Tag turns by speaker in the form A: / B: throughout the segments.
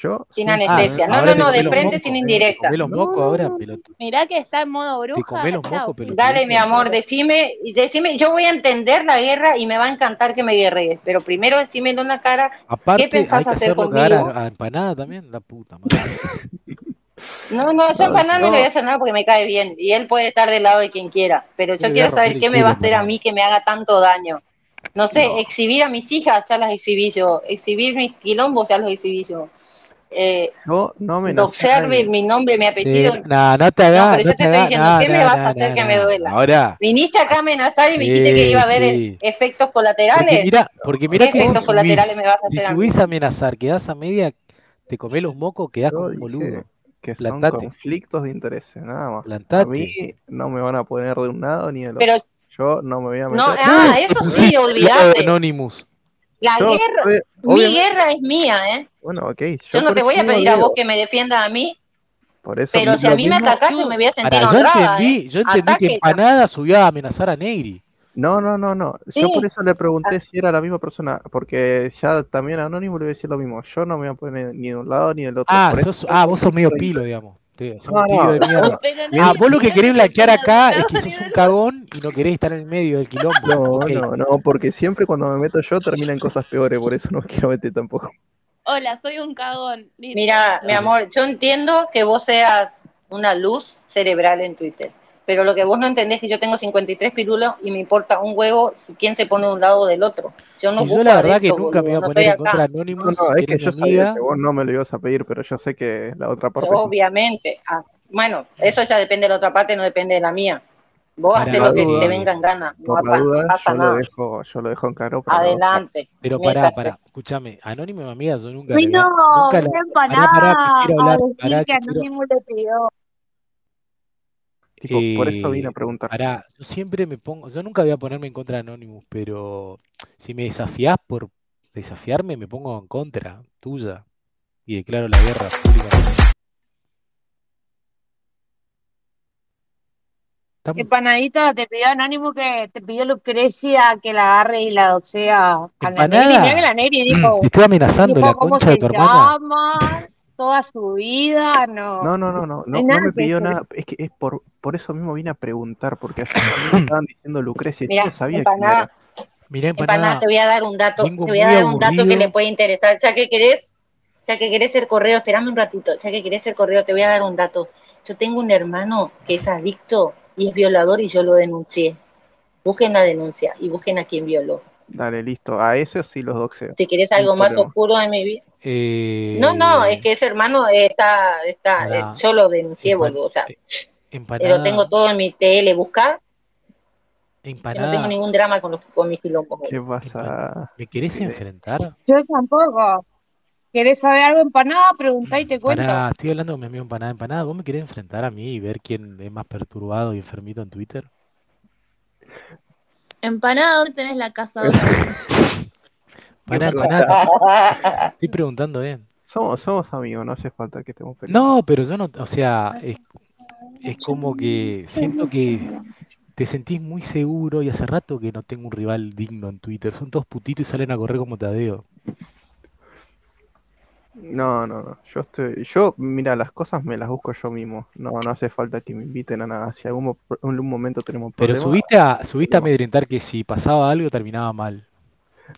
A: Yo,
B: Sin anestesia.
C: Ah,
B: no,
C: ahora
B: no, no,
C: te
B: de
C: comí los
B: frente
C: mocos,
B: sin
C: eh,
B: indirecta. Uh.
C: Te comí los mocos ahora, pelotudo.
D: Mirá que está en modo bruja.
C: Te comé los
D: chao.
C: mocos, pelotudo.
B: Dale, mi amor, decime, decime, yo voy a entender la guerra y me va a encantar que me guerrees, pero primero decime en una cara,
C: Aparte,
B: ¿Qué pensás
C: hay que
B: hacer
C: hacerlo cagar a-
B: conmigo?
C: a, empanada también, la puta madre.
B: no, no, yo
A: Ay,
B: para nada no
A: no.
B: le voy a hacer nada porque me cae bien y él puede estar del lado de quien quiera, pero
C: Yo
B: yo
C: le voy a
B: quiero saber
C: romper
B: qué
C: el
B: me va a
C: culo,
B: hacer a
C: mamá.
B: mí que me haga tanto daño. No sé,
A: No.
B: exhibir a mis hijas ya las exhibí yo, exhibir mis quilombos ya los exhibí yo, eh,
A: Yo no me nací
B: doxear mi,
A: nadie.
B: mi nombre, mi apellido.
C: Eh, nah, no te hagas.
B: No, pero yo te estoy diciendo, ¿qué me vas a hacer que me duela?
C: Ahora.
B: Viniste acá a amenazar y me dijiste
C: Sí,
B: que iba a haber
C: sí.
B: efectos
C: Porque
B: colaterales.
C: mira, porque mira
B: ¿Qué
C: que vos
B: efectos colaterales
C: subís.
B: me vas a
C: Si
B: hacer a mí?
C: subís a amenazar, quedás a media, te comés los mocos, quedás
A: Yo
C: como
A: dije
C: un boludo.
A: que son
C: Plantate.
A: conflictos de intereses, nada más. A
C: Plantate.
A: mí no me van a poner de un lado ni del otro.
B: Pero
A: Yo no me voy a meter.
B: No, ah, eso sí, olvidate.
C: Anonymous.
B: La
A: Yo,
B: guerra,
A: eh,
B: mi
A: obviamente-
B: guerra es mía, ¿eh?
A: Bueno, ok.
B: Yo no
A: por
B: te
A: eso
B: voy a
A: mismo
B: pedir a
A: digo,
B: vos que me defiendas a mí,
A: Por eso
B: pero si a
A: lo
B: mí me
A: mismo-
B: atacás, yo me voy a sentir
C: Ahora, yo
B: honrada, ¿eh?
C: entendí, yo entendí que
B: Ataque.
C: Empanada subió a amenazar a Negri.
A: No, no, no, no.
B: Sí. Ah.
A: Yo por eso le pregunté si era la misma persona, porque ya también Anónimo le voy a decir lo mismo. Yo no me voy a poner ni de un lado ni del otro.
C: Ah,
A: Por
C: sos, ah, vos sos medio pilo, digamos. Te- sos
A: No,
C: un pilo
A: no,
C: de mierda.
D: Pero no
C: Ah,
D: le
C: vos lo que
D: digas
C: querés blanquear
D: tengo
C: acá es
D: nada
C: que
D: ni
C: sos un
D: nada.
C: cagón y no querés estar en el medio del quilombo.
A: No,
C: Ok.
A: no, no, porque siempre cuando me meto yo termina en cosas peores, por eso no quiero meter tampoco.
D: Hola, soy un cagón. Listo.
B: Mira, mi amor, yo entiendo que vos seas una luz cerebral en Twitter, pero lo que vos no entendés es que yo tengo 53 pirulos y me importa un huevo si quién se pone de un lado o del otro. Yo no
C: Y yo
B: busco
C: la verdad que
B: adeptos,
C: nunca
B: boludo,
C: me iba a
B: no
C: poner en
B: estoy acá.
C: contra de
A: No,
C: Anonymous.
A: no, es que
C: eres
A: yo
C: mi amiga.
A: sabía que vos no me lo ibas a pedir, pero yo sé que la otra parte. sí.
B: Obviamente, as- bueno, eso ya depende de la otra parte, no depende de la mía. Vos
C: Para
B: haces
A: la
B: lo que
A: duda.
B: te venga en gana, no,
A: Por la
B: pa- no
A: duda,
B: pasa
A: yo lo,
B: nada.
A: dejo, yo lo dejo en claro. para no-
B: Adelante.
C: Pero pará,
B: Métase.
C: pará, escúchame, Anónimo mi amiga, yo nunca
E: Vino,
C: nunca
E: vino
C: la-
E: empanada
C: pará, que quiero hablar,
E: a decir
C: pará,
E: que
C: que quiero-
E: Anónimo le pidió.
A: tipo, por eso
C: Eh,
A: vine a preguntar.
C: pará, yo siempre me pongo, yo nunca voy a ponerme en contra de Anonymous, pero si me desafiás por desafiarme, me pongo en contra tuya y declaro la guerra públicamente. Estamos-
E: Empanadita, te pidió Anónimo que te pidió Lucrecia que la agarre y la doxea a la
C: Empanada.
E: Neri. Mirá que la Neri dijo,
C: te estoy amenazando
E: dijo
C: la
E: cómo
C: concha de
E: se
C: tu hermana.
E: llama, toda su vida, no.
A: No, no, no, no, no,
E: hay
A: no
E: nada
A: me
E: que
A: pidió
E: hacer.
A: nada. Es que es por, por eso mismo vine a preguntar, porque ayer también me estaban diciendo Lucrecia y yo
B: Mirá,
A: no sabía quién
B: empanada,
A: era.
C: Mirá,
B: Empanada,
C: empanada,
B: te voy a dar un dato,
C: Vengo
B: te voy a
C: muy
B: dar un dato que
C: aburrido.
B: le puede interesar. Ya que querés, ya que querés ser correo, esperame un ratito, ya que querés ser correo, te voy a dar un dato. Yo tengo un hermano que es adicto y es violador y yo lo denuncié. Busquen la denuncia y busquen a quien violó.
A: Dale, listo. A ese sí los doxeo.
B: Si querés
A: Sin
B: algo más
A: problema.
B: oscuro de mi vida.
C: eh,
B: No, no, es que ese hermano está, está,
C: Pará.
B: eh, yo lo denuncié,
C: Empan-
B: boludo. O sea,
C: empanada,
B: lo tengo todo en mi tele, buscar, que no
C: empanada,
B: tengo ningún drama con los con mis quilombos.
A: ¿Qué pasa?
C: ¿me querés
A: Sí.
C: enfrentar?
E: Yo tampoco. ¿Querés saber algo empanada? Preguntá y te cuento.
C: Pará, estoy hablando con mi amigo Empanada. Empanada, ¿vos me querés enfrentar a mí y ver quién es más perturbado y enfermito en Twitter?
D: Empanada, ¿dónde tenés la casa? ahora?
C: Pará,
A: Yo-
C: Empanada, te estoy preguntando bien.
A: Somos, somos amigos, no hace falta que estemos peleando.
C: No, pero yo no, o sea, es, es como que siento que te sentís muy seguro y hace rato que no tengo un rival digno en Twitter. Son todos putitos y salen a correr como Tadeo.
A: Eh, No, no, no. Yo estoy, yo, mira, las cosas me las busco yo mismo. No, no hace falta que me inviten a nada. Si algún, mo- en algún momento tenemos
C: Pero
A: problemas,
C: subiste a, subiste a
A: no.
C: amedrentar que si pasaba algo terminaba mal.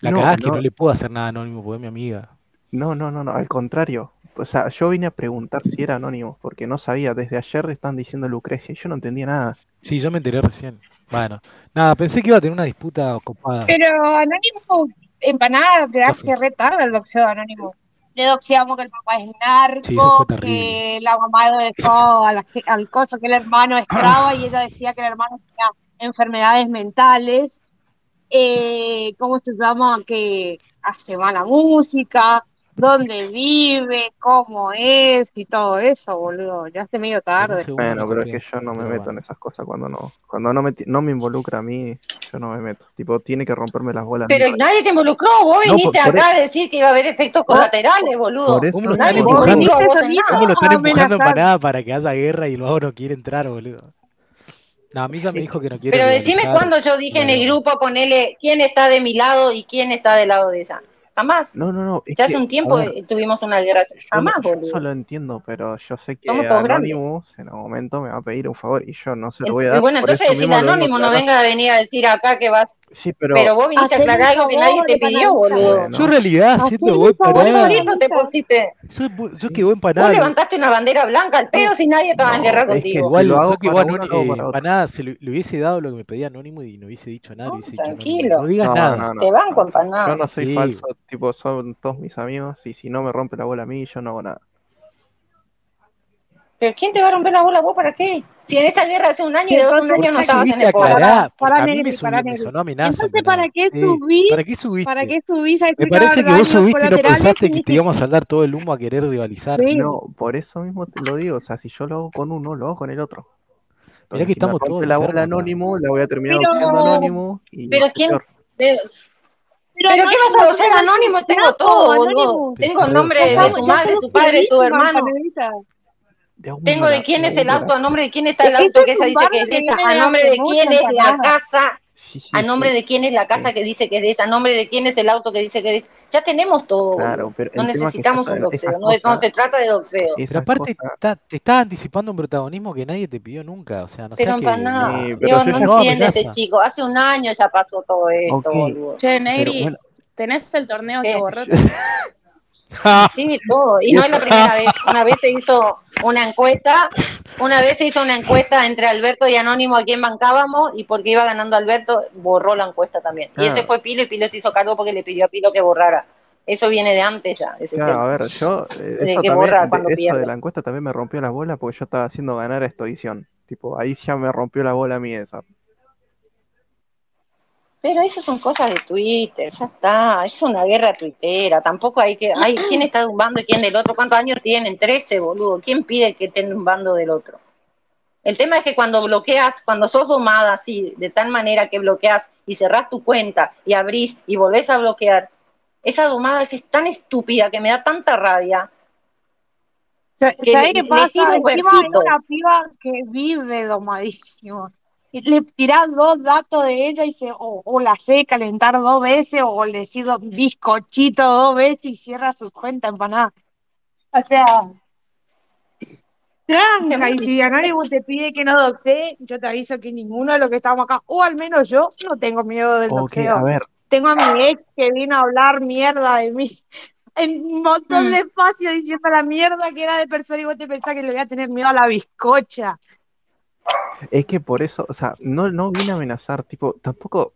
C: La
A: No,
C: cagás que
A: no.
C: no le puedo hacer nada anónimo porque es mi amiga.
A: no, no, no, no, al contrario. O sea, yo vine a preguntar si era anónimo, porque no sabía. Desde ayer le están diciendo Lucrecia y yo no entendía nada.
C: Sí, yo me enteré recién. Bueno, nada, pensé que iba a tener una disputa copada.
E: Pero Anónimo, empanada, te das
C: Café.
E: que re tarde el doxeo de Anónimo. Le doxeamos que el papá es narco,
C: Sí, eso fue terrible.
E: que la mamá lo dejó a la- al coso, que el hermano es traba y ella decía que el hermano tenía enfermedades mentales. Eh, ¿Cómo se llama? Que hace mala música, dónde vive, cómo es y todo eso, boludo. Ya esté medio
C: En un
E: tarde.
C: segundo
A: Bueno,
C: me
A: pero es
C: encontré,
A: que yo no me
C: pero
A: meto en
C: bueno.
A: esas cosas cuando no, cuando no me, ti- no me involucra a mí, yo no me meto. Tipo, tiene que romperme las bolas.
B: Pero
A: ¿no?
B: nadie te involucró, vos
A: No,
B: viniste
A: por- por
B: acá a decir que iba a haber efectos colaterales, boludo.
A: por eso
C: ¿Cómo lo
A: mismo
C: están
B: Nadie te
A: digo,
C: empujando?
B: involucró a vos en
E: Viniste
B: nada.
C: ¿Cómo lo están
E: Ah,
C: empujando
E: amenazar.
C: empanada para que haya guerra y luego no quiere entrar, boludo? No, a mí ya me dijo que no quiere
B: Pero decime
C: rivalizar.
B: cuando yo dije en el
C: Bueno.
B: grupo, ponele quién está de mi lado y quién está del lado de ella. Jamás.
A: No, no, no. es
B: Ya hace
A: que,
B: un tiempo
A: a ver,
B: eh, tuvimos una guerra.
A: yo no-
B: Jamás,
A: yo
B: boludo.
A: eso lo entiendo, pero yo sé que
B: Somos todos grandes.
A: Anonymous en algún momento me va a pedir un favor y yo no se lo voy a dar.
B: Y bueno,
A: por
B: entonces
A: eso
B: decirle
A: mismo lo vengo
B: anónimo, no
A: aclarando.
B: venga a venir a decir acá que vas.
A: Sí,
B: Pero,
A: pero,
B: vos viniste a
E: Haceme
B: aclarar algo que
E: un
B: nadie te
E: favor,
B: pidió, boludo.
A: Bueno.
C: Yo en realidad siendo
E: Haceme
C: buen
E: un favor,
B: Vos
C: parada.
B: solito te pusiste.
C: Yo, yo que
B: Vos
C: voy empanada.
B: levantaste una bandera blanca al pedo si nadie estaba en
A: No,
B: guerra
A: es que
B: contigo.
A: si
C: Igual,
A: lo hago
C: yo
A: para
C: que igual eh,
A: uno, lo hago para otro.
C: empanada, se le, le hubiese dado lo que me pedía Anónimo y no hubiese dicho nada,
B: No,
C: le hubiese dicho Anónimo,
B: tranquilo.
C: No digas
A: No,
C: nada.
A: no, no.
B: Te van con
A: Yo
B: panada.
A: no soy
C: Sí.
A: falso, tipo, son todos mis amigos y si no me rompe la bola a mí, yo no hago nada.
B: ¿Pero quién te va a romper la bola a vos para qué? Si en esta guerra hace un año y de dos un año no
C: ¿Por qué
B: estabas en
C: subiste
B: el
E: Pará,
B: poder.
C: aclará? Porque
E: pará,
C: a mí
E: Negri,
C: me,
E: pará,
C: subió, me
E: Negri.
C: sonó amenaza.
E: Entonces, ¿para
C: empanada.
E: qué
C: Sí.
E: subí?
C: ¿Para qué subiste?
E: ¿Para qué subís a
C: Me
E: explicar
C: parece que vos
E: daños
C: subiste y no
E: colaterales
C: pensaste que
E: y
C: te
E: dijiste,
C: íbamos a dar todo el humo a querer rivalizar.
E: Sí.
A: No, por eso mismo te lo digo, o sea, si yo lo hago con uno, lo hago con el otro.
C: Mirá
A: Entonces,
C: que
A: si me
C: estamos
A: rompe
C: todos
A: la
C: enfermos
A: bola
C: acá.
A: anónimo, la voy a terminar
E: Pero-
A: boxeando anónimo y
B: pero
A: va a ser
B: ¿quién-
A: peor.
B: Pero,
E: Pero,
B: ¿pero qué vas a hacer anónimo? Tengo todo, boludo.
E: Anónimo.
B: Tengo el
C: Pero-
B: nombre
C: Por
B: de
C: favor,
B: su
C: ya
B: madre, su padre, su hermano.
A: De algún
B: Tengo de
A: lugar,
B: quién
A: de
B: es
A: algún
B: el auto,
A: lugar.
B: a nombre de quién está el
E: Este
B: auto,
E: es
B: que esa
E: un
B: dice que
E: barrio
B: es de
E: que
B: esa,
E: viene
B: a
E: de
B: nombre de
E: Atemoya,
B: quién es la
E: pará.
B: casa,
A: Sí, sí,
B: a
A: sí,
B: nombre de quién es la casa
A: Sí.
B: que dice que es de esa, a nombre de quién es el auto que dice que es de esa. Ya tenemos todo, boludo.
A: Claro, pero
B: No
A: el tema es que
B: necesitamos
A: esas-
B: un boxeo,
A: esas
B: no, no
A: cosas-
B: se trata de boxeo.
A: esas
C: Pero aparte
A: cosas-
C: está- te estás anticipando un protagonismo que nadie te pidió nunca. O sea, no sé
B: Pero para nada,
A: Sí, pero
B: Dios,
A: si
B: no
A: esas-
B: entiende este
C: amenaza.
B: chico. Hace un año ya pasó todo esto,
A: Ok.
B: boludo.
D: Che,
A: pero
D: Negri,
A: bueno,
D: tenés el torneo
B: ¿Qué?
D: que borró.
B: Sí, todo. Y no es la primera vez. Una vez se hizo una encuesta, una vez se hizo una encuesta entre Alberto y Anónimo a quién bancábamos y porque iba ganando Alberto, borró la encuesta también. Y ese
A: Claro.
B: fue Pilo y Pilo se hizo cargo porque le pidió a Pilo que borrara. Eso viene de antes ya. ese
A: claro,
B: tema.
A: a ver, yo eh,
B: De
A: eso,
B: que
A: también,
B: borra
A: de-
B: cuando
A: eso
B: pierde.
A: de la encuesta también me rompió las bolas porque yo estaba haciendo ganar a esta edición. Tipo, ahí ya me rompió la bola a mí esa.
B: Pero eso son cosas de Twitter, ya está. Es una guerra tuitera. Tampoco hay que. Hay, ¿Quién está de un bando y quién del otro? ¿Cuántos años tienen? 13, boludo. ¿Quién pide que estén de un bando del otro? El tema es que cuando bloqueas, cuando sos domada así, de tal manera que bloqueas y cerrás tu cuenta y abrís y volvés a bloquear, esa domada es tan estúpida que me da tanta rabia.
E: Sa-
B: que
E: ¿Sabés
B: le-
E: qué
B: le
E: pasa?
B: tiro un
E: Encima hay
B: versito.
E: una piba que vive domadísima. Y Le tirás dos datos de ella y se, o, o la sé calentar dos veces, o le sido bizcochito dos veces y cierra su cuenta empanada. O sea, tranca. Y si Anónimo te pide que no doxee, yo te aviso que ninguno de los que estamos acá, o al menos yo, no tengo miedo del
A: Ok,
E: doxeo.
A: a ver,
E: Tengo a mi ex que vino a hablar mierda de mí en un montón
B: Mm.
E: de espacio diciendo la mierda que era de persona y vos te pensás que le voy a tener miedo a la bizcocha.
A: es que por eso, o sea, no, no vine a amenazar, tipo, tampoco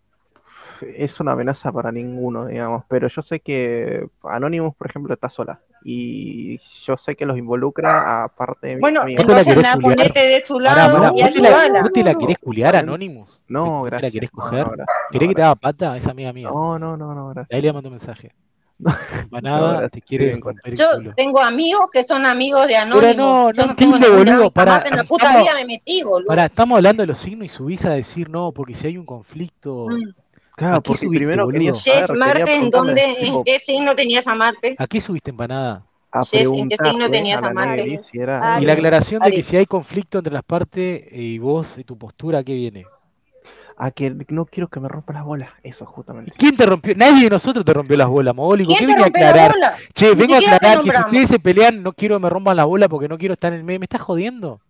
A: es una amenaza para ninguno, digamos, pero yo sé que Anonymous, por ejemplo, está sola y yo sé que los involucra a parte de mis
B: Bueno,
A: amigos.
C: ¿Vos te la
B: entonces
C: querés
B: la
C: culiar?
B: ponete de su
C: Pará,
B: lado
C: pará,
B: y
C: ¿vos te, la,
B: ayúdala.
C: vos te la querés culiar,
A: no.
C: Anonymous?
A: No,
C: ¿Te- ¿Vos te la
A: gracias.
C: querés
A: No,
C: coger?
A: no, gracias.
C: ¿Querés
A: No,
C: que te haga pata? Es amiga mía.
A: No, no, no, no, gracias.
C: Ahí le mando un mensaje.
A: No. No,
C: Empanada,
A: gracias,
C: te
A: estoy
C: quiere
A: bien con-
C: romper el
B: Yo
C: culo.
B: tengo amigos que son amigos de Anónimo.
C: no,
B: Yo
C: no
B: no tengo
C: entiendo,
B: ningún
C: boludo,
B: amigo. Jamás
C: para-
B: en la puta
C: estamos-
B: vida me metí, boludo.
C: Pará, estamos hablando de los signos y subís a decir no, porque si hay un conflicto.
B: Mm.
A: Claro,
C: ¿A qué
A: porque
C: subiste,
A: primero quería
C: boludo?
A: saber,
B: Jess
A: quería
B: Marte, ¿en
A: preguntarle,
B: dónde,
A: tipo,
B: en qué signo tenías a Marte?
C: ¿A qué subiste empanada?
A: a
B: Jess, ¿en qué signo
A: preguntarle
B: tenías
A: a
B: a
A: la
B: Marte?
A: Negri si era
E: Ah,
C: Y
A: amiga.
C: la aclaración de que
B: Aries.
C: si hay conflicto entre las partes eh, y vos y tu postura, ¿qué viene?
A: a que no quiero que me rompa las bolas, eso justamente.
C: ¿Quién te rompió? Nadie de nosotros te rompió las bolas, mogólico. ¿Qué
B: ¿Quién te
C: venía a
B: rompió la
C: aclarar?
B: bola?
C: Che,
B: Ni
C: vengo a
B: siquiera te
C: aclarar que si
B: nombramos.
C: ustedes se pelean, no quiero que me rompan las bolas porque no quiero estar en el medio. ¿Me estás jodiendo?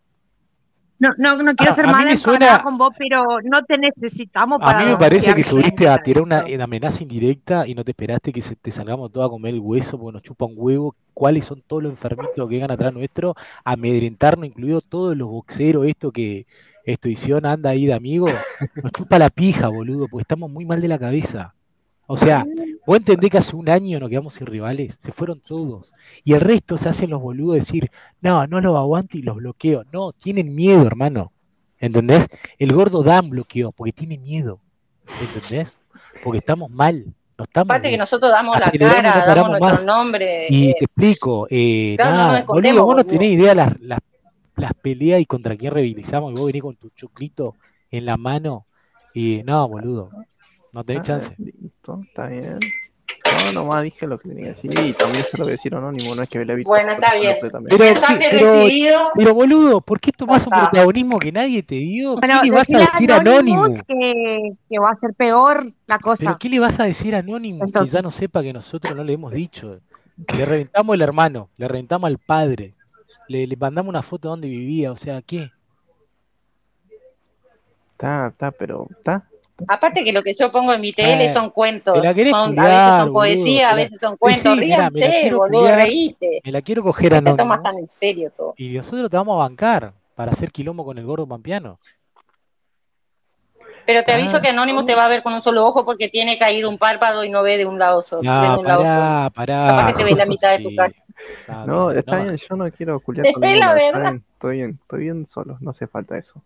E: No, no, no quiero
C: Ah,
E: ser
C: a mí
E: mala
C: me
E: empanada
C: suena-
E: con vos, pero no te necesitamos
C: A
E: para
C: mí me parece
E: doxear
C: que subiste
E: gente,
C: a tirar una,
E: Alberto.
C: en amenaza indirecta y no te esperaste que se- te salgamos todos a comer el hueso porque nos chupa un huevo. ¿Cuáles son todos los enfermitos que llegan atrás nuestro? Amedrentarnos, incluido todos los boxeros, esto que esta edición anda ahí de amigo. Nos chupa la pija, boludo, porque estamos muy mal de la cabeza. O sea, vos entendés que hace un año nos quedamos sin rivales, se fueron todos. Y el resto se hacen los boludos decir, no, no los aguanto y los bloqueo. No, tienen miedo, hermano. ¿Entendés? El gordo Dan bloqueó porque tiene miedo. ¿Entendés? Porque estamos mal. No estamos
B: Aparte que
C: bien.
B: nosotros damos la
C: Aceleramos y no
B: cara,
C: paramos
B: damos nuestro
C: más.
B: nombre.
C: Y
B: eh,
C: te explico, eh,
B: claro, no nos
C: nada,
B: escondemos,
C: boludo, vos no
B: boludo.
C: tenés idea las, las, las peleas y contra quién rehabilizamos y vos venís con tu choclito en la mano y no, boludo, no tenés
A: Ah,
C: chance.
A: listo, está bien. Yo nomás dije lo que tenía que decir y también se lo voy a decir anónimo, no es que le evite
B: Bueno, está bien.
A: completamente.
C: Pero,
B: Mensaje
C: sí, pero-
B: recibido.
C: Pero boludo, ¿por qué tomás un
B: Ah.
C: protagonismo que nadie te dio? ¿Qué
E: Bueno,
C: le vas a
E: decirle
C: decir
E: a
C: a
E: Anonymous
C: Anonymous?
E: Que, que va a ser peor la
C: ¿Pero
E: cosa.
C: qué le vas a decir a Anonymous que
E: Entonces.
C: ya no sepa que nosotros no le hemos dicho? Le reventamos el hermano, le reventamos al padre, le, le mandamos una foto de donde vivía, o sea, ¿qué?
A: Está, está, pero está.
B: Aparte que lo que yo pongo en mi tele
C: Eh,
B: son cuentos.
C: te la querés
B: Son-
C: culiar,
B: a veces son
C: boludo,
B: poesía, a
C: te la-
B: veces son cuentos.
C: sí, mirá, me la
B: Ríanse,
C: quiero
B: boludo,
C: culiar.
B: reíte.
C: Me la quiero coger a
B: No te tomas
C: Anonymous
B: tan en serio todo.
C: y nosotros te vamos a bancar para hacer quilombo con el gordo pampeano.
B: Pero te
A: Ah.
B: aviso que Anónimo te va a ver con un solo ojo porque tiene caído un párpado y no ve de un lado solo. ve de
C: No,
B: un lado solo.
C: pará, pará.
B: Capaz que te ve la mitad de tu
C: Sí.
B: cara.
C: Está
A: No,
C: bien,
A: está
C: no.
A: bien, yo no quiero culiar con
B: Es la
A: ninguno, está
B: verdad.
A: bien, Estoy bien, estoy bien solo, no hace falta eso.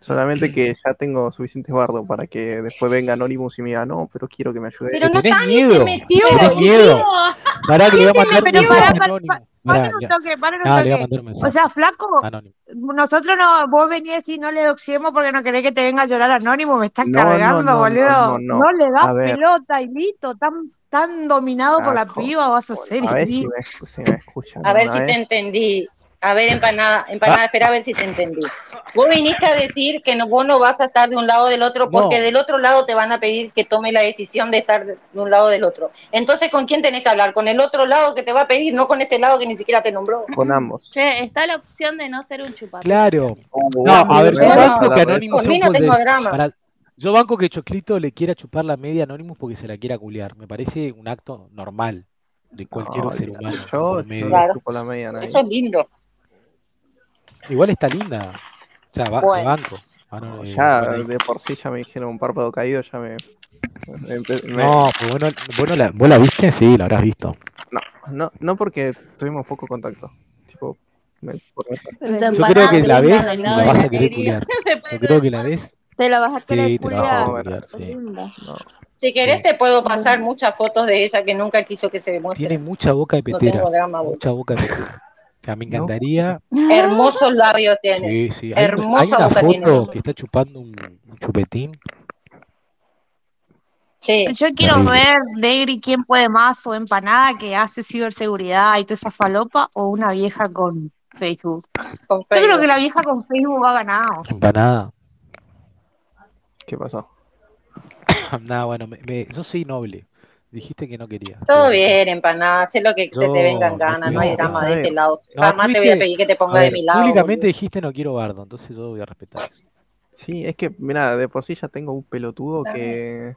A: Solamente que ya tengo suficientes bardos para que después venga Anonymous y me diga, no, pero quiero que me ayude.
B: Pero no
C: tenés
B: está ni
C: miedo,
B: te metió.
C: tenés miedo. Pará, que le voy a mandar un
E: Pero
C: mensaje
E: pará,
C: a
E: pará,
C: Anonymous. Pará,
E: Paren un
C: ya.
E: toque, paren un
C: Ah, le voy a
E: toque.
C: mandar un mensaje.
E: O sea, flaco,
C: Anónimo.
E: nosotros no, vos venís y no le doxiemos porque no querés que te venga a llorar anónimo, me estás
A: No,
E: cargando,
A: no, no, no,
E: boludo.
A: no, no.
E: le
A: A
E: das
A: ver.
E: pelota y listo, tan, tan dominado por la
A: Flaco,
E: piba vas a ser.
A: A ver si
E: hijo.
A: me, escu- si me escuchan.
B: A ver
A: una
B: si te
A: vez.
B: entendí. A ver, empanada,
C: Ah.
B: empanada, espera a ver si te entendí. Vos viniste a decir que no, vos no vas a estar de un lado o del otro porque
C: No.
B: del otro lado te van a pedir que tome la decisión de estar de de un lado o del otro. Entonces, ¿con quién tenés que hablar? ¿Con el otro lado que te va a pedir? No con este lado que ni siquiera te nombró.
A: Con ambos.
D: Che, está la opción de no ser un chupapito.
C: Claro.
A: No,
C: No, a ver, yo
B: no,
C: banco que
A: no,
C: Anonymous
B: Con mí
C: son
B: no tengo
C: poder-
B: drama.
C: pará, Yo banco que Choclito le quiera chupar la media a Anonymous porque se la quiera culiar. Me parece un acto normal de cualquier ser humano. en
A: Yo, yo
C: promedio.
A: le chupo la media a nadie.
B: Eso es lindo.
C: Igual está linda. O sea, va,
D: Bueno.
C: banco. Ah, no, eh,
A: Ya,
C: bueno, ahí-
A: de por sí ya me dijeron un párpado caído, ya me... empe- me-
C: No, pues bueno, bueno, la, vos la viste, sí, la habrás visto.
A: no, no, no porque tuvimos poco contacto. Tipo, me- por-
C: Yo creo que la ves y la vas a querer culiar. Yo creo que la ves,
D: Te la vas a querer
C: sí, te la vas a
D: culiar.
C: querer culiar.
A: culiar.
C: sí.
D: Linda.
A: no.
B: Si querés, te puedo pasar muchas fotos de ella que nunca quiso que se demuestre.
C: Tiene mucha boca de
B: No
C: petera.
B: tengo drama, boludo.
C: Mucha boca de petera. O sea, me encantaría.
B: Hermosos labios tiene.
C: Sí, sí. Hay, una-
B: Hermosa
C: hay una
B: boca tiene.
C: foto que está chupando un, un chupetín.
B: Sí.
E: Yo quiero ver, Negri, quién puede más o empanada que hace ciberseguridad y toda esa falopa o una vieja con Facebook.
B: Con
E: Yo creo
B: Facebook.
E: que la vieja con Facebook va ganado.
C: Empanada.
A: ¿Qué pasó?
C: Nada, bueno, me- me- yo soy noble. Dijiste que no quería.
B: Todo bien, empanada, sé lo que se
C: Yo
B: te vengan
C: no
B: ganas, no hay
A: quiero
B: drama de
A: saber.
B: este lado.
C: No,
B: Jamás te voy a
C: fuiste-
B: pedir que te
C: A
B: ponga de
C: ver,
B: mi lado.
C: públicamente
B: boludo.
C: dijiste no quiero bardo, entonces yo voy a respetar eso.
A: Sí, es que, mira, de por sí ya tengo un pelotudo
B: Dale.
A: que,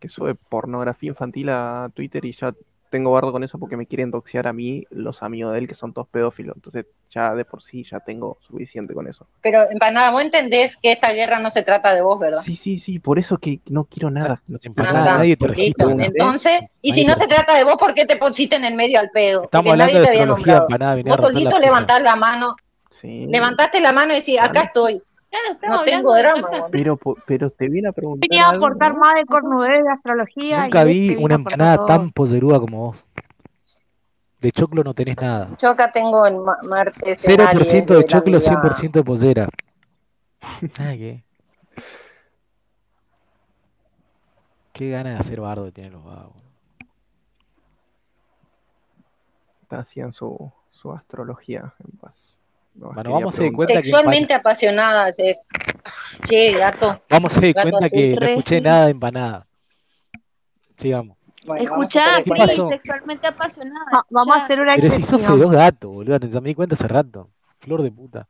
A: que sube pornografía infantil a Twitter y ya tengo bardo con eso porque me quieren doxear a mí los amigos de él que son todos pedófilos. Entonces, ya de por sí ya tengo suficiente con eso.
B: Pero, empanada, vos entendés que esta guerra no se trata de vos, ¿verdad?
A: Sí, sí, sí, por eso que no quiero nada.
C: No
B: Ah,
C: te importa nada,
B: está.
C: nadie te
A: Porque
B: Listo.
C: registra.
A: pregunté.
B: Entonces, y si no se trata de vos, ¿por qué te pusiste en el medio al pedo?
C: Estamos
B: Porque
C: hablando
B: nadie
C: de
B: te había
C: astrología,
B: nombrado.
C: empanada. venía a
B: Vos
C: romper la
B: solito
C: puta.
B: levantás la mano,
A: Sí.
B: levantaste la mano y decís, acá estoy,
D: Claro, estamos
B: no
D: hablando
B: tengo
D: de
B: drama.
D: cosas-
B: boludo.
A: Pero, po- pero te viene a preguntar.
E: Venía a
A: algo.
E: aportar más de cornudez de astrología. y
C: Nunca
E: este
C: vi
E: vino
C: una
E: a aportar
C: empanada
E: todo.
C: tan polleruda como vos. De choclo no tenés nada.
B: Yo acá tengo el ma- martes en
C: 0% de
B: Aries, la
C: choclo,
B: vida.
C: 100% de pollera. Ah, ¿qué? Qué ganas de hacer bardo que tienen los vagos.
A: Hacían su, su astrología en paz. No,
C: Bueno,
A: quería
C: vamos a ir
A: preguntar.
C: cuenta que
B: Sexualmente apasionadas es. Che, gato.
C: Vamos a dar
B: Gato
C: cuenta
B: azul,
C: que no
D: re
C: escuché
D: gil.
C: nada de empanada. Sigamos.
B: Bueno, vamos a
D: Escuchá,
B: hacer el
C: ¿qué
D: Cris,
B: cuento.
C: pasó?
D: sexualmente apasionada.
E: Ah, vamos a
D: escuchá.
E: hacer una
C: Pero si sos
E: excepción.
C: dos gatos, boludo. Ya me di cuenta hace rato. Flor de puta.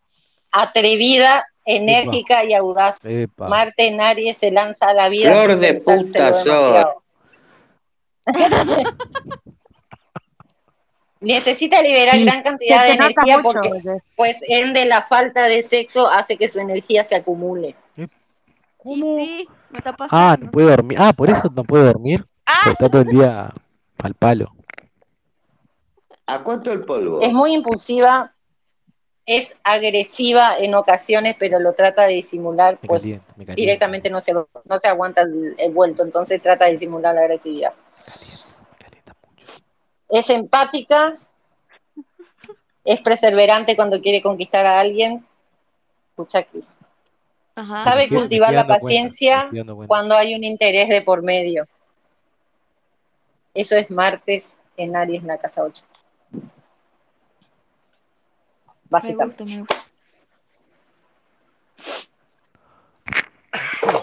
B: atrevida, enérgica y audaz.
C: Epa.
B: Marte en Aries se lanza a la vida.
F: Flor
B: sin
F: de
B: pensárselo
F: puta sos.
B: demasiado. Necesita liberar
C: Sí.
B: gran
E: Se
B: cantidad de
E: te nota
B: energía
E: mucho,
B: porque,
E: boludo.
B: pues, ende la falta de sexo hace que su energía se acumule.
D: Y sí, me está
C: Ah,
D: pasando.
C: no puede dormir. Ah, por eso no puede dormir. porque
D: Ah,
C: Está todo el día al palo.
F: ¿A cuánto el polvo?
B: Es muy impulsiva, es agresiva en ocasiones, pero lo trata de disimular,
C: Me
B: pues,
C: calienta, me calienta.
B: directamente no se, no se aguanta el, el vuelto, entonces trata de disimular la agresividad.
C: Calienta, calienta mucho.
B: es empática, es perseverante cuando quiere conquistar a alguien. Escucha, Cris.
D: ajá.
B: Sabe
C: Me estoy- me
B: cultivar
C: estoy
B: la
C: dando cuenta,
B: paciencia
C: me estoy dando cuenta.
B: Cuando hay un interés de por medio. Eso es martes en Aries, en la casa 8.
D: Me gusta,
B: Básicamente.
D: me gusta.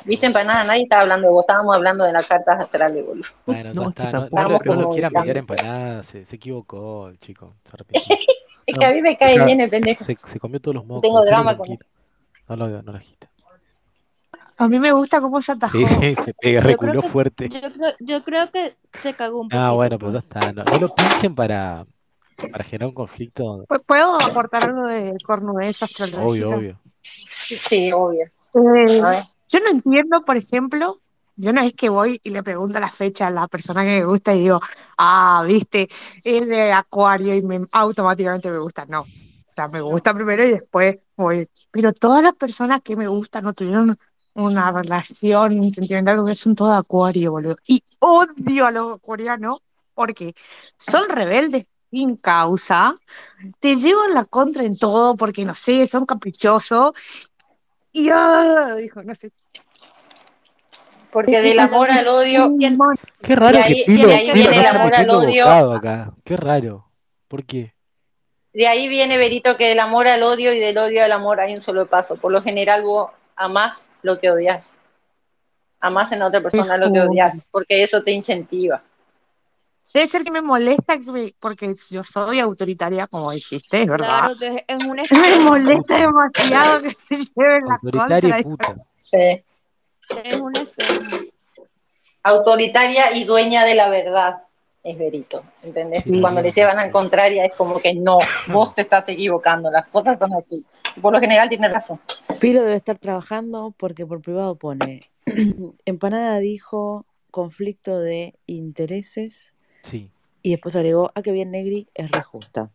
B: Viste empanada, nadie estaba hablando de vos, estábamos hablando de las cartas astrales, boludo.
C: Bueno,
A: No,
C: ya
A: es que
C: está. No,
A: tampoco
C: no le- no le
B: como
C: quieran
B: usando.
C: pelear empanadas. Se, se equivocó el chico. Se arrepintió.
B: Es que a mí me cae
C: Claro.
B: bien el pendejo.
C: Se, se comió todos los mocos.
B: Tengo
C: pero
B: drama
C: no
B: con
C: quita. No lo, no lo agita.
E: A mí me gusta cómo se atajó.
C: Sí, sí, se pega,
D: Yo
C: reculó
D: creo que-
C: fuerte.
D: Yo creo, yo creo que se cagó un poquito.
C: Ah, bueno, pues ya está. No, no lo pinchen para, para generar un conflicto.
E: ¿Pu- ¿Puedo aportar algo de cornudez astrológica?
C: Obvio, obvio.
B: Sí, obvio.
E: Eh,
B: A ver.
E: yo no entiendo, por ejemplo, yo no es que voy y le pregunto la fecha a la persona que me gusta y digo, ah, viste, es de Acuario y me- automáticamente me gusta. No. O sea, me gusta primero y después voy. Pero todas las personas que me gustan no tuvieron una relación sentimental con él, son todas Acuario, boludo. Y odio a los acuarianos porque son rebeldes sin causa, te llevan la contra en todo porque, no sé, son caprichosos. Y ah, dijo, no sé,
B: Porque del amor al odio,
D: ¿Quién?
C: Qué raro
B: De
C: que
B: ahí-
C: Pilo,
D: de ahí
C: Pilo
D: viene
C: no
D: el
C: está
D: amor
B: al
C: metiendo
B: odio.
C: bocado acá. Qué raro. ¿Por qué?
B: de ahí viene Berito que del amor al odio y del odio al amor hay un solo paso. Por lo general vos amás lo que odias. Amás en la otra persona lo que odias, porque eso te incentiva.
E: Debe ser que me molesta que me- porque yo soy autoritaria, como dijiste, es verdad.
D: Claro, de- es un
E: Me
D: estrés.
E: molesta demasiado que se lleven la
C: Autoritaria
E: contra.
C: y puta.
B: Sí.
D: Es un estrés.
B: Autoritaria y dueña de la verdad es Berito, ¿entendés?
C: Sí.
B: Cuando le llevan al contraria es como que no, vos te estás equivocando, las cosas son así. Por lo general tiene razón.
G: Pilo debe estar trabajando porque por privado pone. Empanada dijo conflicto de intereses
C: Sí.
G: y después agregó, ah, que bien Negri es re justa.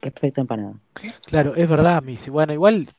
G: Respecto a empanada.
C: Claro, es verdad, Missy. Bueno, igual, claro.